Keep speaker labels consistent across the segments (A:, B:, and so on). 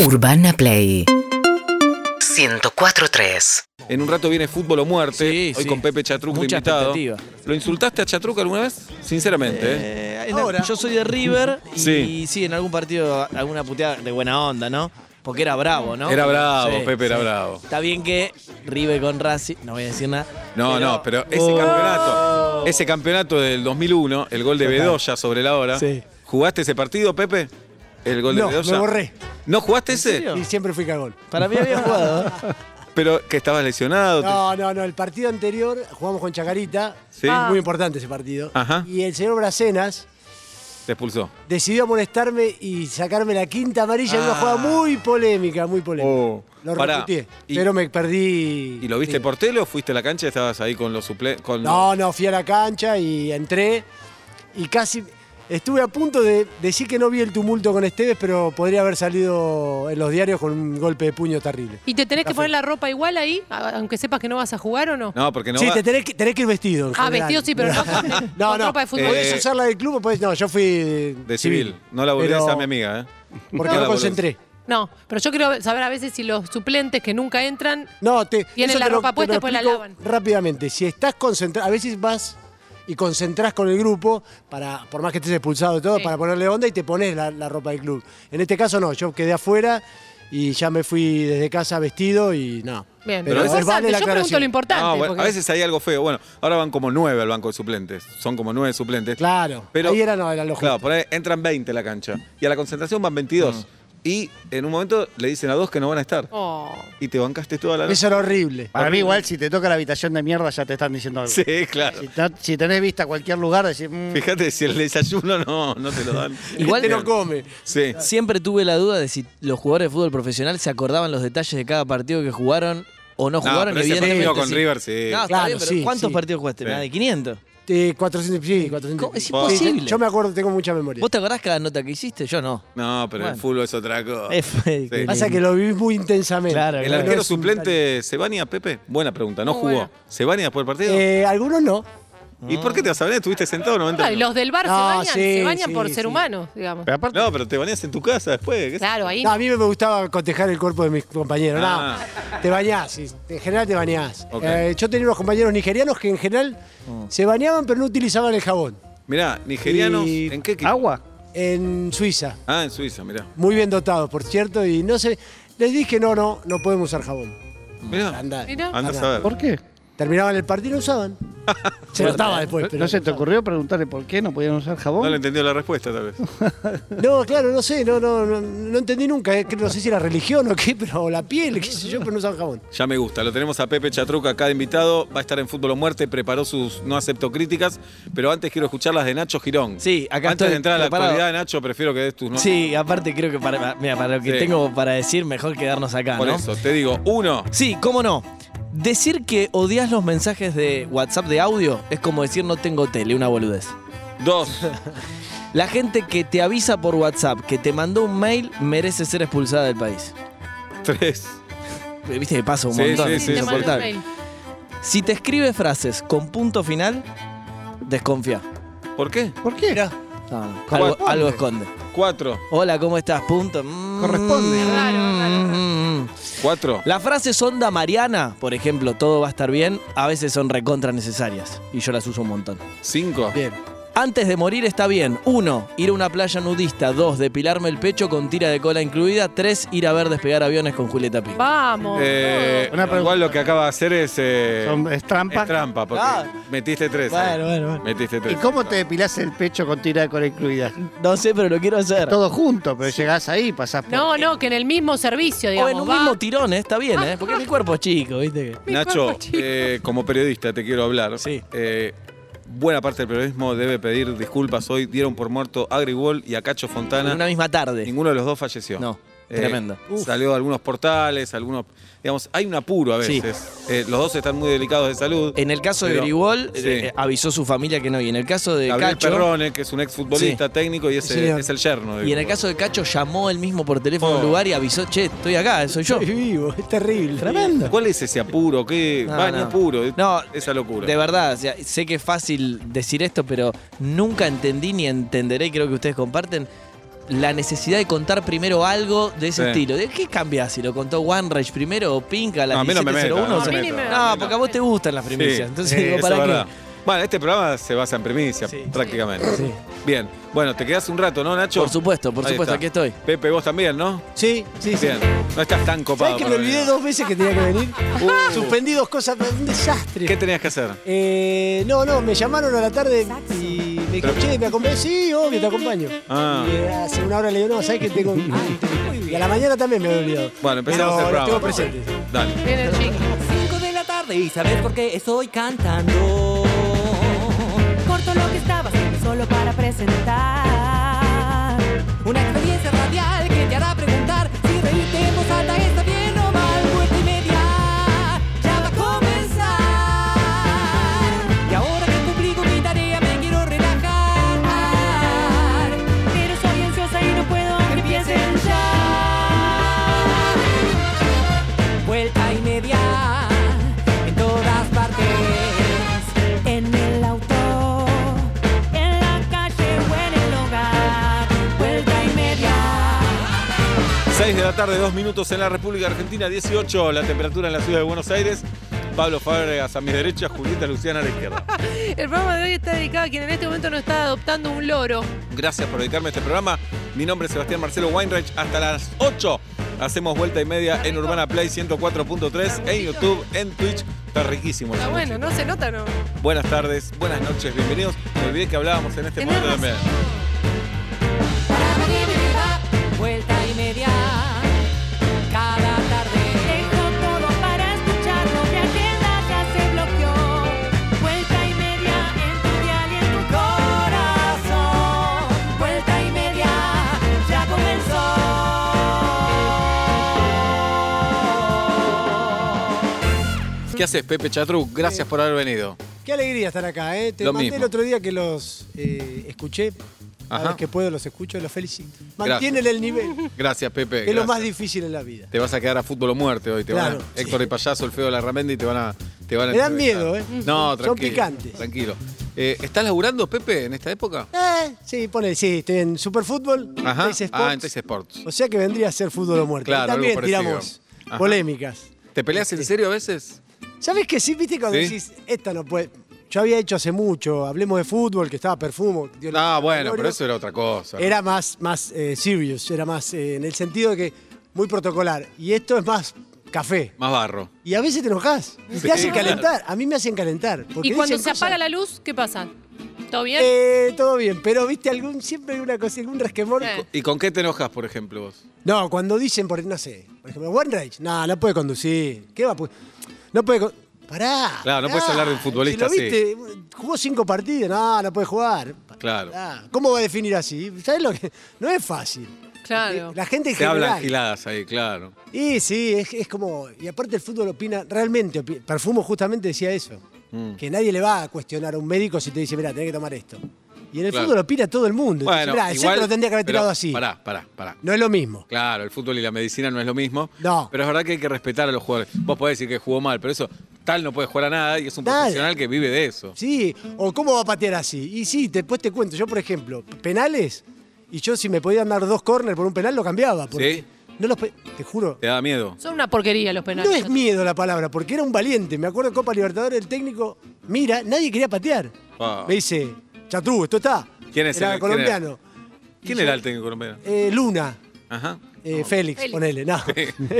A: Urbana Play 104.3
B: En un rato viene Fútbol o Muerte,
C: Sí,
B: hoy
C: sí.
B: con Pepe Chatruc de
C: Mucha
B: invitado.
C: expectativa.
B: ¿Lo insultaste a Chatruc alguna vez? Sinceramente, ¿eh?
D: Eh, en-
C: Ahora.
D: Yo soy de River y
B: Sí.
D: sí. en algún partido alguna puteada de buena onda, ¿no? Porque era bravo, ¿no?
B: Era bravo,
D: Sí,
B: Pepe era
D: sí.
B: bravo.
D: Está bien que River con Racing, no voy a decir nada.
B: No, no, pero ese campeonato, ese campeonato del 2001, el gol de Bedoya sobre la hora.
E: Sí.
B: ¿Jugaste ese partido, Pepe? El gol
E: No,
B: de Bedoya.
E: me borré.
B: ¿No jugaste ese?
D: serio?
E: Y siempre fui cagón.
D: Para mí había jugado. ¿eh?
B: Pero que estabas lesionado. te-
E: No, no, no. El partido anterior jugamos con Chacarita.
B: Sí. Ah.
E: Muy importante ese partido.
B: Ajá.
E: Y el señor Bracenas
B: Te expulsó.
E: decidió amonestarme y sacarme la quinta amarilla en una
B: Ah.
E: jugada muy polémica, muy polémica.
B: Oh.
E: Lo
B: Pará,
E: reputé,
B: y-
E: pero me perdí.
B: ¿Y lo viste
E: Sí.
B: por tele o fuiste a la cancha y estabas ahí con los suplentes?
E: No, no, fui a la cancha y entré y casi estuve a punto de decir que no vi el tumulto con Esteves, pero podría haber salido en los diarios con un golpe de puño terrible.
F: ¿Y te tenés que poner la ropa igual ahí, a- aunque sepas que no vas a jugar o no?
B: No, porque no
E: sí,
B: va-
E: te tenés que, tenés que ir vestido. en
F: Ah,
E: general.
F: vestido sí, pero no con-
E: no, no.
F: con ropa de fútbol.
E: Podés
B: Eh,
E: usar la del club o podés- No, yo fui de,
B: de civil. No la volvés
E: pero-
B: a mi amiga, ¿eh?
E: Porque no,
B: No la
E: me
B: volvés.
E: concentré.
F: No, pero yo quiero saber a veces si los suplentes que nunca entran.
E: No, te.
F: Tienen
E: eso
F: la
E: te lo-
F: ropa
E: te lo
F: puesta y después la
E: explico
F: lavan.
E: Rápidamente, si estás concentrado, a veces vas y concentrás con el grupo, para, por más que estés expulsado y todo,
F: Sí.
E: para ponerle onda y te pones la, la ropa del club. En este caso no, yo quedé afuera y ya me fui desde casa vestido y no.
F: Bien,
B: Pero
F: pero,
B: es-
F: lo importante,
E: vale la
F: yo pregunto
E: aclaración.
F: lo importante.
B: No, bueno,
F: porque-
B: a veces hay algo feo. Bueno, ahora van como nueve al banco de suplentes. Son como nueve suplentes.
E: Claro,
B: Pero,
E: ahí era, no, era lo
B: Claro,
E: justo.
B: por ahí entran 20 a la cancha. Y a la concentración van 22. Y en un momento le dicen a dos que no van a estar.
F: Oh.
B: Y te bancaste toda la
E: Eso
B: noche.
E: era horrible.
G: Para mí, igual, si te toca la habitación de mierda, ya te están diciendo algo.
B: Sí, claro.
G: Si, no- si tenés vista a cualquier lugar, decís. mm,
B: Fíjate, si el desayuno no, no te lo dan.
D: Igual
E: te
D: te
E: lo come.
B: Sí.
D: Siempre tuve la duda de si los jugadores de fútbol profesional se acordaban los detalles de cada partido que jugaron o no
B: No,
D: jugaron.
B: pero ese
D: evidentemente,
B: partido con
D: sí.
B: River, sí.
D: No, está
E: Claro,
D: bien, pero
E: sí,
D: ¿cuántos
E: sí.
D: partidos jugaste?
B: Sí.
D: Nada, de 500.
E: Eh, 400, sí, 400.
D: ¿Cómo? Es
E: Sí,
D: imposible.
E: Yo me acuerdo, tengo mucha memoria.
D: ¿Vos te acordás cada nota que hiciste? Yo no.
B: No, pero el
D: Bueno.
B: fútbol es otra cosa.
D: Es fe- que-
E: Pasa que lo vivís muy intensamente.
D: Claro,
B: El
D: claro.
B: arquero
E: No es un
B: suplente, ¿se baña, Pepe? Buena pregunta, no
F: Muy
B: jugó.
F: buena.
B: ¿Se baña después del partido?
E: Eh, algunos no.
B: ¿Y por qué te vas a bañar? Estuviste sentado 90
F: Ah, y
B: minutos.
F: los del bar se
E: No,
F: bañan, se
E: sí,
F: bañan
E: sí,
F: por ser
E: sí.
F: humanos, digamos.
G: pero aparte,
B: No, pero te bañas en tu casa después. ¿qué sé
F: Claro, ahí.
E: No, a mí me gustaba cotejar el cuerpo de mis compañeros. No,
B: Ah.
E: te bañás, y en general te bañás.
B: Ok. Oh.
E: Eh, yo tenía unos compañeros nigerianos que en general se bañaban pero no utilizaban el jabón.
B: Mirá, nigerianos,
E: Y-
B: ¿en qué equipo?
G: agua.
E: En Suiza,
B: Ah, en Suiza, mirá.
E: muy bien dotados, por cierto, y no sé, les dije no, no, no podemos usar jabón.
B: Mirá,
E: Anda,
F: Mirá.
B: anda a saber.
G: ¿Por qué?
E: Terminaban el partido y no usaban. se
B: eh,
E: notaba después. Pero
G: ¿No se te ocurrió preguntarle por qué no podían usar
B: No
G: jabón?
B: le entendió la respuesta, tal vez.
E: No, claro, no sé, no, no, no, no entendí nunca. eh, que No sé si era religión o qué, pero o la piel, qué sé yo, pero no usaban jabón.
B: Ya me gusta. Lo tenemos a Pepe Chatruca acá de invitado. Va a estar en Fútbol o Muerte. Preparó sus No Acepto Críticas. Pero antes quiero escuchar las de Nacho Girón.
D: Sí, acá
B: Antes
D: estoy
B: de entrar a la
D: preparado.
B: actualidad de Nacho, prefiero que des tus no.
D: Sí, aparte creo que para, para- mira, para lo que
B: Sí.
D: tengo para decir, mejor quedarnos acá,
B: Por
D: ¿no?
B: eso, te digo, uno.
D: Sí, cómo no. Decir que odias los mensajes de WhatsApp de audio es como decir no tengo tele, una boludez.
B: Dos.
D: La gente que te avisa por WhatsApp que te mandó un mail merece ser expulsada del país.
B: tres.
D: Viste que pasa un
B: Sí,
D: montón,
B: sí,
D: es
B: sí,
F: Te mandan
D: insoportable.
F: un mail.
D: Si te escribe frases con punto final, desconfía.
B: ¿Por qué?
G: ¿Por qué?
D: No, no,
B: Ah, Corresponde.
D: Algo, algo esconde.
B: Cuatro.
D: Hola, ¿cómo estás? Punto. Mm,
G: Corresponde.
D: mm,
F: Raro, raro, raro.
D: mm.
B: Cuatro.
D: Las frases onda mariana, por ejemplo, todo va a estar bien, a veces son recontra necesarias. Y yo las uso un montón.
B: Cinco.
E: Bien.
D: Antes de morir está bien. 1. Ir a una playa nudista. 2. Depilarme el pecho con tira de cola incluida. 3. Ir a ver despegar aviones con Julieta Pi.
F: Vamos.
B: Eh,
G: Una pregunta.
B: igual lo que acaba de hacer es. eh,
G: Son- es trampa.
B: es trampa, porque
D: Ah.
B: metiste tres.
D: Bueno,
B: eh.
D: bueno, bueno.
B: Metiste tres.
G: ¿Y cómo te depilás el pecho con tira de cola incluida?
D: No sé, pero lo quiero hacer.
G: Todo junto, pero llegás ahí, pasás por.
F: No, no, que en el mismo servicio,
D: o
F: digamos.
D: en un
F: va.
D: mismo tirón, eh, está bien, ¿eh? Porque mi cuerpo es chico, ¿viste? que-
B: Nacho,
F: cuerpo, chico.
B: eh, como periodista te quiero hablar.
D: Sí.
B: Eh, buena parte del periodismo debe pedir disculpas hoy. Dieron por muerto a Grigol y a Cacho
D: En
B: Fontana.
D: una misma tarde.
B: Ninguno de los dos falleció. Eh,
D: No, tremendo. Uf.
B: Salió de algunos portales, algunos. Digamos, hay un apuro a
D: Sí.
B: veces. Eh, los dos están muy delicados de salud.
D: En el caso de
B: Pero-
D: Grigol,
B: Sí.
D: eh, avisó su familia que no. Y en el caso de
B: Gabriel
D: Cacho.
B: Perrone, que es un exfutbolista técnico y es,
E: Sí,
B: eh,
E: señor.
B: es el yerno. de
D: Y en el
B: Grigol.
D: caso de Cacho, llamó él mismo por teléfono
B: Oh.
D: al lugar y avisó: Che, estoy acá, soy yo.
E: Es vivo, es terrible.
D: Tremendo.
B: ¿Cuál es ese apuro? ¿Qué
D: No,
B: baño
D: no.
B: apuro?
D: No,
B: Esa locura.
D: De verdad, o sea, sé que es fácil decir esto, pero nunca entendí ni entenderé, creo que ustedes comparten, la necesidad de contar primero algo de ese
B: Sí.
D: estilo. ¿De qué cambias si lo contó One Rage primero o Pinca la
B: No, a mí no me meto,
D: 1701?
B: no
D: O sea,
B: me
F: meto.
D: no, porque a vos te gustan las primicias.
B: Sí.
D: Entonces
E: Sí,
D: digo,
B: Eso
D: ¿para
B: es
D: qué?
B: verdad. Bueno, este programa se basa en primicia,
E: Sí.
B: prácticamente.
E: Sí.
B: Bien. Bueno, te quedás un rato, ¿no, Nacho?
D: Por supuesto, por
B: Ahí
D: supuesto,
B: está.
D: aquí estoy.
B: Pepe, vos también, ¿no?
E: Sí, sí, sí.
B: Bien. No estás tan copado.
E: ¿Sabes que me
B: para
E: olvidé
B: venir.
E: dos veces que tenía que venir?
B: Uh.
E: Suspendí dos cosas, pero un desastre.
B: ¿Qué tenías que hacer?
E: Eh, no, no, me llamaron a la tarde y me dijeron,
B: Pero-
E: che, ¿me acompañas? Sí, obvio, te acompaño.
B: Ah.
E: Y eh, hace una hora le digo, no, ¿sabes que tengo...? Y a la mañana también me había olvidado.
B: Bueno, empezamos
E: Pero
B: el
E: los
B: programa.
E: tengo presentes.
B: Dale.
F: Viene el chiqui.
A: 5 de la tarde y saber por qué estoy cantando.
C: Corto lo que estaba haciendo solo para presentar.
A: Una experiencia radial que te hará preguntar si reírte en voz alta está bien o mal. Vuelta y media, ya va a comenzar. Y ahora que cumplí con mi tarea me quiero relajar.
C: Pero soy ansiosa y no puedo que empiecen ya.
A: Vuelta y media, en todas partes.
C: En el auto, en la calle o en el hogar. Vuelta y media.
B: 6 de la tarde, 2 minutos en la República Argentina, 18 la temperatura en la ciudad de Buenos Aires. Pablo Fábregas a mi derecha, Julieta Luciana a la izquierda.
F: El programa de hoy está dedicado a quien en este momento no está adoptando un loro.
B: Gracias por dedicarme a este programa. Mi nombre es Sebastián Marcelo Weinreich. Hasta las 8 hacemos vuelta y media en Urbana Play 104.3, en YouTube, en Twitch. Está riquísimo. el
F: Está bueno,
B: sanguchito.
F: no se nota, ¿no?
B: Buenas tardes, buenas noches, bienvenidos. Me olvidé que hablábamos en este
F: Tenés
B: momento
F: razón.
B: también.
A: Vuelta y media, cada tarde.
C: Dejo todo para escucharlo, mi agenda ya se bloqueó. Vuelta y media en tu dial y en tu corazón.
A: Vuelta y media, ya comenzó.
B: ¿Qué haces, Pepe Chatruc? Gracias por haber venido.
E: Qué alegría estar acá, ¿eh? Te
B: Lo
E: mandé
B: mismo.
E: el otro día que los eh, escuché.
B: Ajá.
E: Cada vez que puedo los escucho, los felicito. Mantienen el nivel, que
B: Gracias, Pepe.
E: es lo
B: Eh, gracias.
E: más difícil en la vida.
B: Te vas a quedar a fútbol o muerte hoy. Te
E: Claro,
B: van a,
E: sí.
B: Héctor y Payaso, el feo de la Ramendi, y te van a. Te van a
E: Me dan
B: entrevistar.
E: miedo, ¿eh?
B: No,
E: Son
B: tranquilo.
E: picantes.
B: Tranquilo. Eh, ¿Estás laburando, Pepe, en esta época?
E: Eh, sí, pone, sí, estoy en Superfútbol,
B: Ajá.
E: Tays Sports.
B: Ah, en Tays Sports.
E: O sea que vendría a ser fútbol o muerte.
B: Claro,
E: Y también
B: algo parecido.
E: tiramos
B: Ajá.
E: polémicas.
B: ¿Te peleas en serio a veces?
E: ¿Sabes que sí? ¿Viste cuando
B: Sí.
E: decís, esta no puede? Yo había hecho hace mucho, hablemos de fútbol, que estaba perfumo. dio el-
B: Ah, bueno,
E: Gregorio.
B: pero eso era otra cosa.
E: Era más, más eh, serious, era más eh, en el sentido de que muy protocolar. Y esto es más café.
B: Más barro.
E: Y a veces te enojás. Y
B: Sí,
E: te hacen
B: claro.
E: calentar. A mí me hacen calentar. porque
F: Y cuando
E: dicen
F: se
E: cosas-
F: apaga la luz, ¿qué pasa? ¿Todo bien?
E: Eh, todo bien, pero viste algún siempre hay una cosa, algún resquemor.
F: Eh.
B: ¿Y con qué te enojas, por ejemplo, vos?
E: No, cuando dicen, por, no sé, por ejemplo, One Rage, no, no puede conducir. ¿Qué va? a pu- No puede. con- Pará.
B: Claro, no
E: pará.
B: puedes hablar de un futbolista
E: si lo viste, jugó cinco partidos, no, no puede jugar.
B: Claro.
E: Pará. ¿Cómo va a definir así? ¿Sabes lo que? No es fácil.
F: Claro.
E: eh, La gente en
B: Te hablan
E: general-
B: giladas ahí, claro.
E: Y sí, es, es como. Y aparte el fútbol opina, realmente, opi- Perfumo justamente decía eso.
B: Mm.
E: Que nadie le va a cuestionar a un médico si te dice, mira, tenés que tomar esto. Y en el
B: Claro.
E: fútbol opina todo el mundo. Entonces, mirá, el centro lo tendría que haber
B: pero
E: tirado así.
B: Pará, pará, pará.
E: No es lo mismo.
B: Claro, el fútbol y la medicina no es lo mismo.
E: No.
B: Pero es verdad que hay que respetar a los jugadores. Vos podés decir que jugó mal, pero eso, tal no puede jugar a nada y es un
E: Nada.
B: profesional que vive de eso.
E: Sí, o cómo va a patear así. Y sí, después te cuento. Yo, por ejemplo, penales, y yo si me podían dar dos corners por un penal, lo cambiaba. porque No los pe- Te juro.
B: Te da miedo.
F: Son una porquería los penales.
E: No es miedo la palabra, porque era un valiente. Me acuerdo en Copa Libertadores, el técnico, mira, nadie quería patear.
B: Ah.
E: Me dice, Chatrú, esto está.
B: ¿Quién es
E: era
B: el- quién
E: colombiano.
B: ¿Quién
E: Y
B: era
E: yo-
B: el técnico colombiano?
E: Eh, Luna,
B: Ajá.
E: eh, Félix,
F: Félix.
E: ponele, no.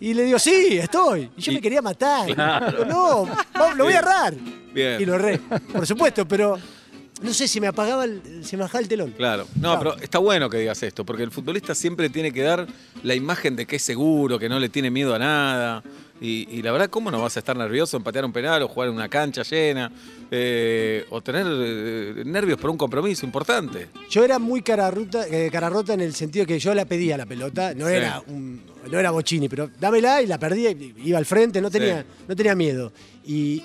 E: y le digo, sí, estoy. Y yo
B: Y-
E: me quería matar.
B: Claro.
E: Digo, No, va- lo voy a errar.
B: Bien.
E: Y lo erré, por supuesto, pero no sé, se me apagaba, el- se me bajaba el telón.
B: Claro. No,
E: Claro.
B: pero está bueno que digas esto, porque el futbolista siempre tiene que dar la imagen de que es seguro, que no le tiene miedo a nada. Y, y la verdad, ¿cómo no vas a estar nervioso en patear un penal o jugar en una cancha llena? Eh, o tener eh, nervios por un compromiso importante.
E: Yo era muy cara, ruta- eh, cara rota en el sentido que yo la pedía la pelota, no
B: Sí.
E: era un, no era bochini, pero dámela y la perdía, y iba al frente, no tenía,
B: Sí.
E: no tenía miedo. Y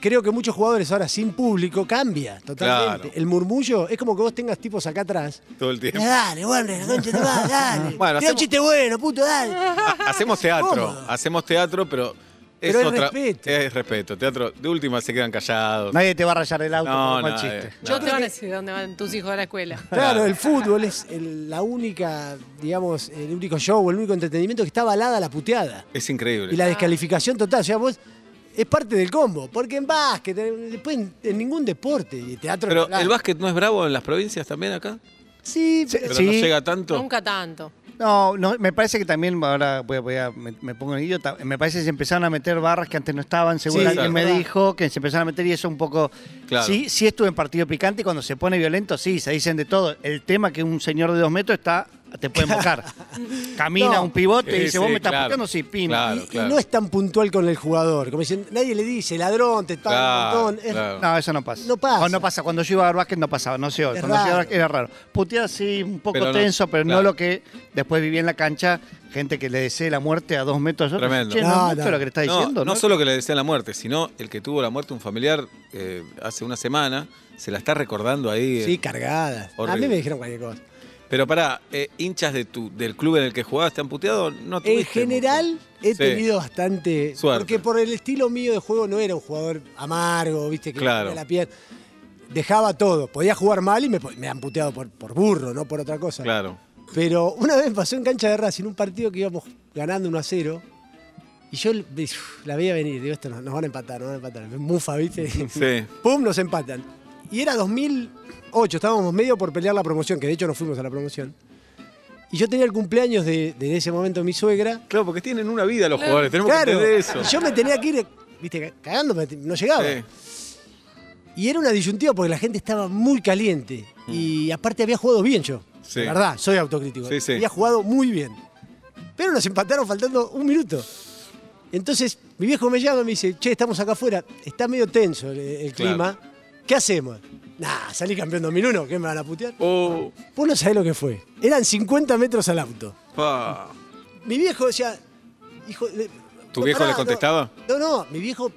E: creo que muchos jugadores ahora sin público cambia totalmente.
B: Claro.
E: El murmullo es como que vos tengas tipos acá atrás.
B: Todo el tiempo.
E: Dale, bueno, la concha te va, dale.
B: Bueno,
E: Tira un
B: hacemos-
E: chiste bueno, puto, dale.
B: Hacemos teatro,
E: Cómodo.
B: hacemos teatro, pero
E: Pero
B: es
E: hay
B: otra.
E: respeto.
B: Es respeto. Teatro, de última se quedan callados.
G: Nadie te va a rayar el auto
B: No,
G: por mal
B: no,
G: chiste.
B: eh,
F: Yo
B: no.
F: te van a decir dónde van tus hijos a la escuela.
E: Claro, el fútbol es el- la única, digamos, el único show, el único entretenimiento que está avalada la puteada.
B: Es increíble.
E: Y la descalificación total. O sea, vos es parte del combo. Porque en básquet, en- después en, en ningún deporte, y teatro.
B: Pero
E: ni hablar.
B: el básquet no es bravo en las provincias también acá.
E: Sí, pero-
B: Pero
G: Sí.
B: no llega tanto.
F: Nunca tanto.
G: No, no, me parece que también, ahora voy a- voy a- me, me pongo en idiota, me parece que se empezaron a meter barras que antes no estaban, según
E: Sí,
G: alguien
B: claro.
G: me
E: verdad.
G: dijo, que se empezaron a meter y eso un poco...
B: Claro.
G: Sí, sí estuve en partido picante y cuando se pone violento, sí, se dicen de todo. El tema que un señor de dos metros está, te puede mojar. Camina
E: No.
G: un pivote y
B: Sí,
G: dice,
B: sí,
G: vos me estás
B: claro.
G: puteando, sí, pino.
B: Claro,
E: y
B: claro.
E: no es tan puntual con el jugador. Como dicen, nadie le dice, ladrón, te paga
B: Claro,
E: un montón. Es-
B: claro.
G: No, eso no pasa.
E: No pasa.
G: O no pasa. Cuando yo iba a ver básquet no pasaba, no sé hoy.
E: Es
G: Cuando yo iba a ver
E: raro.
G: era raro. Puteada sí, un poco
B: Pero no,
G: tenso, pero no
B: claro.
G: lo que después viví en la cancha, gente que le desee la muerte a dos metros. de otro.
B: Tremendo.
G: Che, no, es
E: No,
G: mucho
E: no.
G: lo que le está
B: No,
G: diciendo,
B: no
G: ¿no?
B: solo que le desean la muerte, sino el que tuvo la muerte de un familiar eh, hace una semana, se la está recordando ahí. eh.
E: Sí, cargadas. A
B: Horrible.
E: mí me dijeron cualquier cosa.
B: Pero pará, eh, hinchas de tu, del club en el que jugabas te han puteado, no
E: En
B: tuviste
E: general
B: mucho.
E: he
B: Sí,
E: tenido bastante
B: Suerte.
E: porque por el estilo mío de juego no era un jugador amargo, viste que
B: Claro.
E: tenía la piel. Dejaba todo, podía jugar mal y me, po- me han puteado por, por burro, no por otra cosa.
B: Claro.
E: Pero una vez pasó en cancha de Racing un partido que íbamos ganando 1 a 0 y yo le- uf, la veía venir, digo, esto nos, nos van a empatar, nos van a empatar. Mufa, viste.
B: Sí.
E: ¡Pum! Nos empatan. Y era 2008, estábamos medio por pelear la promoción, que de hecho no fuimos a la promoción. Y yo tenía el cumpleaños de, de ese momento mi suegra.
B: Claro, porque tienen una vida los jugadores, tenemos que
E: Claro,
B: entender eso.
E: y yo me tenía que ir, viste, cagándome, no llegaba.
B: Sí.
E: Y era una disyuntiva porque la gente estaba muy caliente. Y aparte había jugado bien yo.
B: Mm. Sí.
E: La verdad, soy autocrítico.
B: Sí, sí.
E: Había jugado muy bien. Pero nos empataron faltando un minuto. Entonces, mi viejo me llama y me dice, che, estamos acá afuera, está medio tenso el, el
B: Claro.
E: clima. ¿Qué hacemos? Nah, salí campeón 2001, ¿qué me van a putear?
B: Oh,
E: Vos no sabés lo que fue. Eran 50 metros al auto.
B: pa.
E: Mi viejo decía, hijo de-
B: ¿Tu viejo le
E: no,
B: contestaba?
E: No, no, mi viejo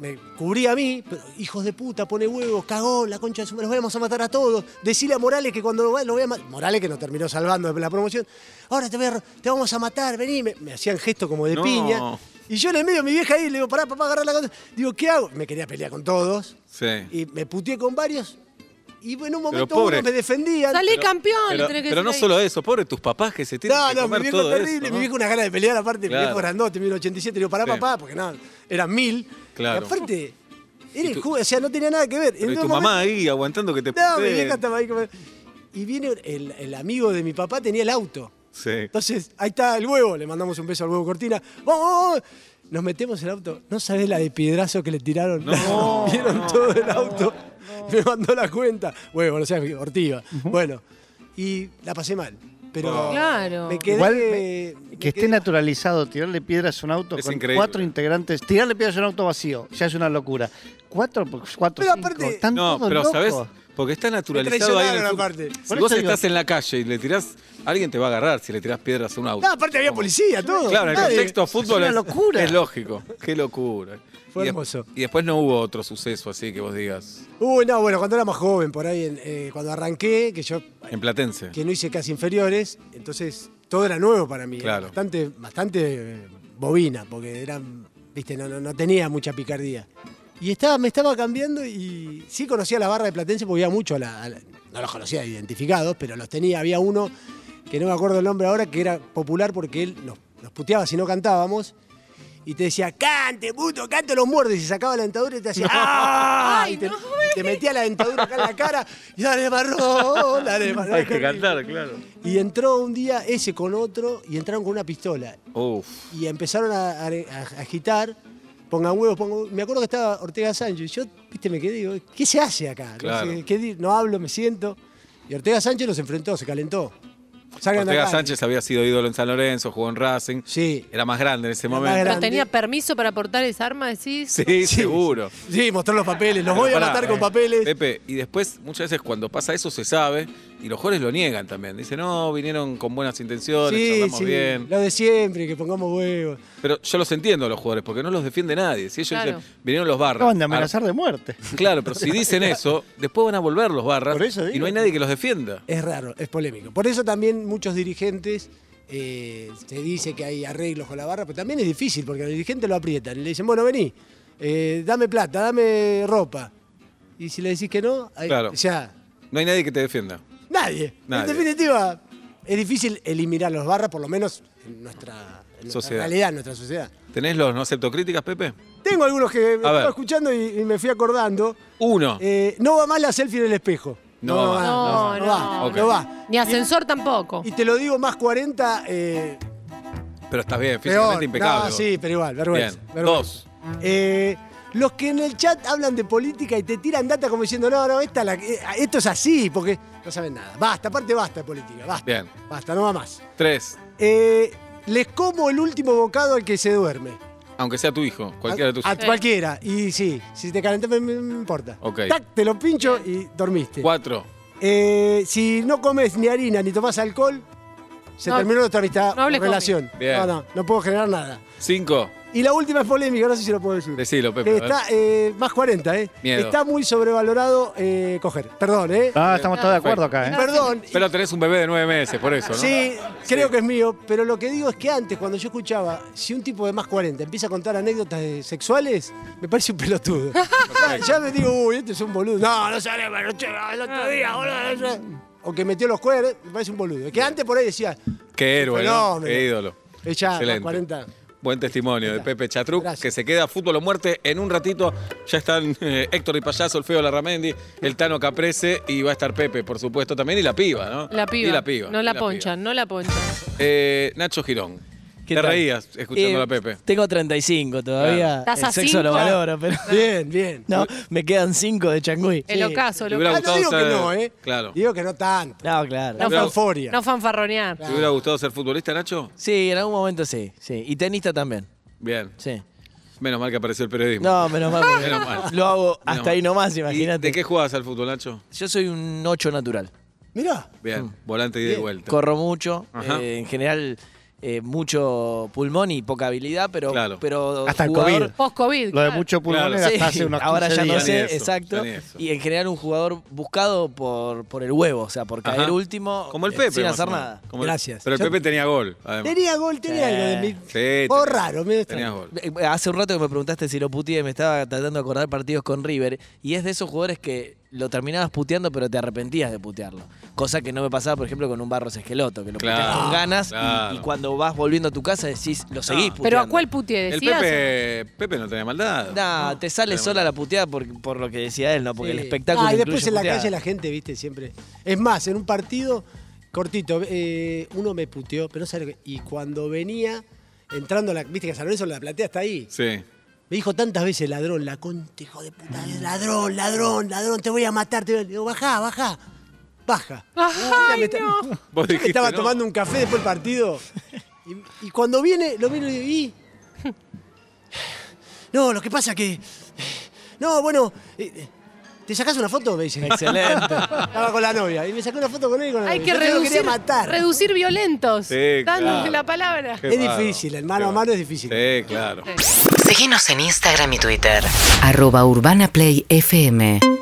E: me cubría a mí, pero hijos de puta, pone huevos, cagón, la concha de su madre, los vamos a matar a todos. Decile a Morales que cuando lo, va- lo vea ma- Morales que nos terminó salvando de la promoción, ahora te, voy a ro- te vamos a matar, vení. Me, me hacían gestos como de
B: No.
E: piña. Y yo en el medio, mi vieja ahí, le digo, pará, papá, agarrar la concha. Digo, ¿qué hago? Me quería pelear con todos.
B: Sí.
E: Y me puteé con varios. Y en un momento
B: pobre.
E: unos me defendían.
F: Salí campeón, le
B: Pero,
F: tenés que
B: pero no
F: decir ahí.
B: solo eso, pobre tus papás que se tienen
E: No,
B: que
E: no, mi
B: comer
E: viejo
B: todo
E: terrible,
B: eso,
E: mi
B: ¿no?
E: viejo una gana de pelear aparte,
B: Claro.
E: mi viejo grandote, 1087, le digo, pará
B: Sí.
E: papá, porque no, eran mil.
B: Claro.
E: Y aparte, era
B: ¿Y
E: el
B: tu-
E: juego, o sea, no tenía nada que ver.
B: Pero
E: En
B: y tu
E: un
B: mamá
E: momento-
B: ahí aguantando que te
E: No, mi
B: puteen.
E: vieja estaba ahí como... Y viene el, el amigo de mi papá, tenía el auto.
B: Sí.
E: Entonces, ahí está el huevo, le mandamos un beso al huevo Cortina. ¡Vamos, vamos, vamos! Nos metemos en el auto. ¿No sabés la de piedrazo que le tiraron?
B: No,
E: Vieron
B: no,
E: todo el auto. Me mandó la cuenta. Huevo, no seas ortiva. Bueno, y la pasé mal.
B: Oh.
E: Pero
F: Claro.
E: me quedé...
G: Igual
E: me
G: Que esté
E: quedé-
G: naturalizado tirarle piedras a un auto
B: Es
G: con
B: increíble.
G: cuatro integrantes. Tirarle piedras a un auto vacío, ya es una locura. Cuatro, pues, cuatro,
E: Pero
G: cinco,
E: aparte-
G: están
B: No,
G: todos
B: pero
G: locos.
B: ¿sabés? Porque está naturalizado ahí. en el
E: traicionaron,
B: fútbol.
E: aparte.
B: Si
G: Por
B: vos
G: eso digo-
B: estás en la calle y le tirás, alguien te va a agarrar si le tirás piedras a un auto.
E: No, aparte había policía, todo.
B: Claro, en el
E: Nadie-
B: contexto fútbol
G: una
B: es,
G: locura.
B: es lógico. Qué locura. Y
E: Fue
B: des-
E: hermoso.
B: Y después no hubo otro suceso así que vos digas.
E: Uy, no, bueno, cuando era más joven, por ahí, en- eh, cuando arranqué, que yo
B: En Platense.
E: que no hice casi inferiores, entonces todo era nuevo para mí. era
B: Claro.
E: Bastante, bastante eh, bobina, porque eran, viste, no, no, no tenía mucha picardía. Y estaba, me estaba cambiando y sí conocía la barra de Platense porque había mucho, a la- a la- no los conocía identificados, pero los tenía. Había uno, que no me acuerdo el nombre ahora, que era popular porque él nos, nos puteaba si no cantábamos. Y te decía, cante, puto, cante los muertos. Y se sacaba la dentadura y te hacía, ¡ah!
F: Ay,
E: y te,
F: no.
E: te metía la dentadura acá en la cara y dale marrón, dale marrón.
B: Hay que cantar, claro.
E: Y entró un día ese con otro y entraron con una pistola.
B: Uf.
E: Y empezaron a, a- a agitar, pongan huevos, pongan huevos. Me acuerdo que estaba Ortega Sánchez. Yo, viste, me quedé, digo, ¿qué se hace acá? No
B: Claro.
E: sé, ¿qué di- No, hablo, me siento. Y Ortega Sánchez los enfrentó, se calentó. Salgan de
B: Ortega
E: acá.
B: Sánchez había sido ídolo en San Lorenzo, jugó en Racing.
E: Sí.
B: Era más grande en ese
E: más
B: momento.
E: grande.
F: ¿Pero tenía permiso para portar esa arma, decís?
B: Sí, seguro.
E: Sí, mostró los papeles, los voy
B: Pero
E: a
B: pará,
E: matar con
B: eh,
E: papeles.
B: Pepe, y después muchas veces cuando pasa eso se sabe y los jugadores lo niegan también. Dicen, no, vinieron con buenas intenciones,
E: Sí,
B: charlamos
E: sí,
B: bien.
E: lo de siempre, que pongamos huevos.
B: Pero yo los entiendo a los jugadores porque no los defiende nadie. Si ellos
F: Claro.
B: dicen, vinieron los barras.
G: Acaban de
B: Ar-
G: amenazar de muerte.
B: Claro, pero si dicen eso, después van a volver los barras
G: Por eso
B: y no
G: digo.
B: hay nadie que los defienda.
E: Es raro, es polémico. Por eso también muchos dirigentes eh, se dice que hay arreglos con la barra, pero también es difícil porque los dirigentes lo aprietan. Le dicen, bueno, vení, eh, dame plata, dame ropa. Y si le decís que no, ahí-
B: Claro.
E: o sea,
B: No hay nadie que te defienda.
E: nadie.
B: Nadie.
E: En definitiva, es difícil eliminar los barras, por lo menos en nuestra, en nuestra
B: Sociedad.
E: realidad, en nuestra sociedad.
B: ¿Tenés los no acepto críticas, Pepe?
E: Tengo algunos que me
B: ver.
E: estaba escuchando y, y me fui acordando.
B: Uno.
E: Eh, no va mal la selfie en el espejo.
B: No va,
F: no,
E: no
F: no.
E: va,
B: Ok.
E: no va.
F: Ni ascensor tampoco.
E: Y te lo digo más 40, eh,
B: Pero estás bien,
E: peor.
B: físicamente impecable.
E: No, sí, pero igual, vergüenza.
B: Bien.
E: vergüenza.
B: Dos.
E: Eh, los que en el chat hablan de política y te tiran data como diciendo, no, no, esta la- eh, esto es así, porque no saben nada. Basta, aparte basta de política, basta.
B: Bien.
E: Basta, no va más.
B: Tres.
E: Eh, les como el último bocado al que se duerme.
B: Aunque sea tu hijo, cualquiera de tus
E: A, a
B: hijos.
E: cualquiera. Y sí, si te calentás, me, me- me importa.
B: Ok.
E: Tac, te lo pincho y dormiste.
B: Cuatro.
E: Eh, si no comes ni harina ni tomas alcohol, se
F: No,
E: terminó nuestra amistad,
F: no hables
E: relación.
B: conmigo. Bien.
E: No, no, no puedo generar nada.
B: Cinco.
E: Y la última es polémica, no sé si lo puedo decir.
B: Decilo, Pepe.
E: Que
B: a ver.
E: está eh, más 40, ¿eh?
B: Miedo.
E: Está muy sobrevalorado eh, coger. Perdón, ¿eh?
G: Ah, estamos todos de acuerdo acá, ¿eh?
E: Perdón.
B: Pero tenés un bebé de nueve meses, por eso, ¿no?
E: Sí, creo que es mío, pero lo que digo es que antes, cuando yo escuchaba, si un tipo de más 40 empieza a contar anécdotas de- sexuales, me parece un pelotudo. ya, ya me digo, uy, este es un boludo. No, no sale, pero che, el otro día, boludo. no sé. O que metió los cuernos, me parece un boludo. Que antes por ahí decía,
B: Qué héroe, ¿no?
E: Fenómeno.
B: Qué ídolo.
E: ella, más
B: Excelente.
E: 40.
B: Buen testimonio de Pepe Chatruc,
E: Gracias.
B: que se queda fútbol o muerte en un ratito. Ya están eh, Héctor y Payaso, el feo Larramendi, el Tano Caprese y va a estar Pepe, por supuesto, también. Y la piba, ¿no?
F: La piba.
B: Y la piba.
F: No
B: y
F: la
B: piba.
F: ponchan, no la ponchan.
B: Eh, Nacho Girón.
D: ¿Qué
B: Te
D: tal?
B: reías escuchando
D: Eh,
B: a Pepe.
D: Tengo 35 todavía.
F: Estás a
D: El sexo lo
F: cinco.
D: valoro, pero.
E: Bien, bien.
D: No, me quedan 5 de changüí.
F: El ocaso, el
B: Te hubiera
E: Ah,
F: ocaso.
E: no
B: gustado
E: digo que
B: ser-
E: no, ¿eh?
B: Claro.
E: Digo que no tanto.
D: No, claro.
E: La
B: hubiera-
E: euforia.
F: No fanfarronear.
B: ¿Te hubiera gustado ser futbolista, Nacho?
D: Sí, en algún momento sí, sí. Y tenista también,
B: Bien.
D: sí.
B: Menos mal que apareció el periodismo.
D: No, menos mal. porque
B: Menos mal.
D: Lo hago
B: Menos
D: hasta ahí
B: mal.
D: nomás,
B: ¿Y
D: imagínate.
B: ¿De qué jugabas al fútbol, Nacho?
D: Yo soy un 8 natural.
E: Mirá.
B: Bien, volante y de vuelta.
D: Corro mucho,
B: Ajá.
D: eh, en general eh, mucho pulmón y poca habilidad, pero,
B: Claro.
D: pero
G: Hasta el
D: jugador-
G: COVID.
F: Post-COVID.
G: Lo de
F: claro.
G: mucho pulmón
B: Claro.
G: era
D: Sí,
G: hasta hace unos
D: ahora
G: 15
D: ya no
G: días.
D: sé,
B: Ni eso,
D: exacto.
B: ni eso.
D: Y en general un jugador buscado por, por el huevo, o sea, por
B: Ajá.
D: caer último
B: Como el
D: eh,
B: Pepe.
D: sin
B: más o
D: hacer
B: menos.
D: nada.
B: Como el-
E: Gracias.
B: Pero el
E: Yo-
B: Pepe tenía gol, además.
E: Tenía gol, tenía
D: Sí.
E: algo de mi.
D: Sí,
B: tenía-
E: Todo raro, medio
B: Tenía
E: extraño.
B: gol.
D: Eh, Hace un rato que me preguntaste si lo puteé, me estaba tratando de acordar partidos con River y es de esos jugadores que lo terminabas puteando pero te arrepentías de putearlo. Cosa que no me pasaba, por ejemplo, con un Barros Esqueloto, que lo
B: Claro,
D: puteas con ganas y-
B: claro. Ah.
D: y, cuando vas volviendo a tu casa decís, lo seguís puteando.
F: Pero ¿a cuál puteé?
B: El
F: ¿Decías?
B: Pepe, Pepe no tenía maldad.
D: Nah, te sale sola la puteada por, por lo que decía él, ¿no? Porque el
E: Sí.
D: espectáculo
E: Ah, y después
D: incluye
E: en la
D: puteada.
E: calle la gente, viste, siempre. Es más, en un partido cortito, eh, uno me puteó, pero no sabe lo que- Y cuando venía, entrando a la. Viste que San Lorenzo la platea está ahí.
B: Sí.
E: Me dijo tantas veces ladrón, la concha, hijo de puta, ladrón, ladrón, ladrón, te voy a matar. Te voy a... Digo, bajá, bajá. Baja. Mira, me está-
B: Vos
E: Yo
B: dijiste,
E: que estaba
B: ¿no?
E: tomando un café después del partido. Y, y cuando viene, lo miro y digo, ¿y? No, lo que pasa que. No, bueno. eh, eh, ¿Te sacás una foto? Me dice.
D: Excelente.
E: Estaba con la novia. Y me sacó una foto con él y con la
F: Hay
E: novia. Yo
F: que
E: te lo
F: reducir,
E: quería matar.
F: reducir violentos.
B: Sí,
F: dándole
B: claro.
F: la palabra.
B: Qué
E: Es
B: bárbaro.
E: difícil, el mano
B: Qué
E: a mano
B: bárbaro.
E: es difícil.
B: Sí, claro.
H: Síguenos en Instagram y Twitter. Arroba Urbana Play FM.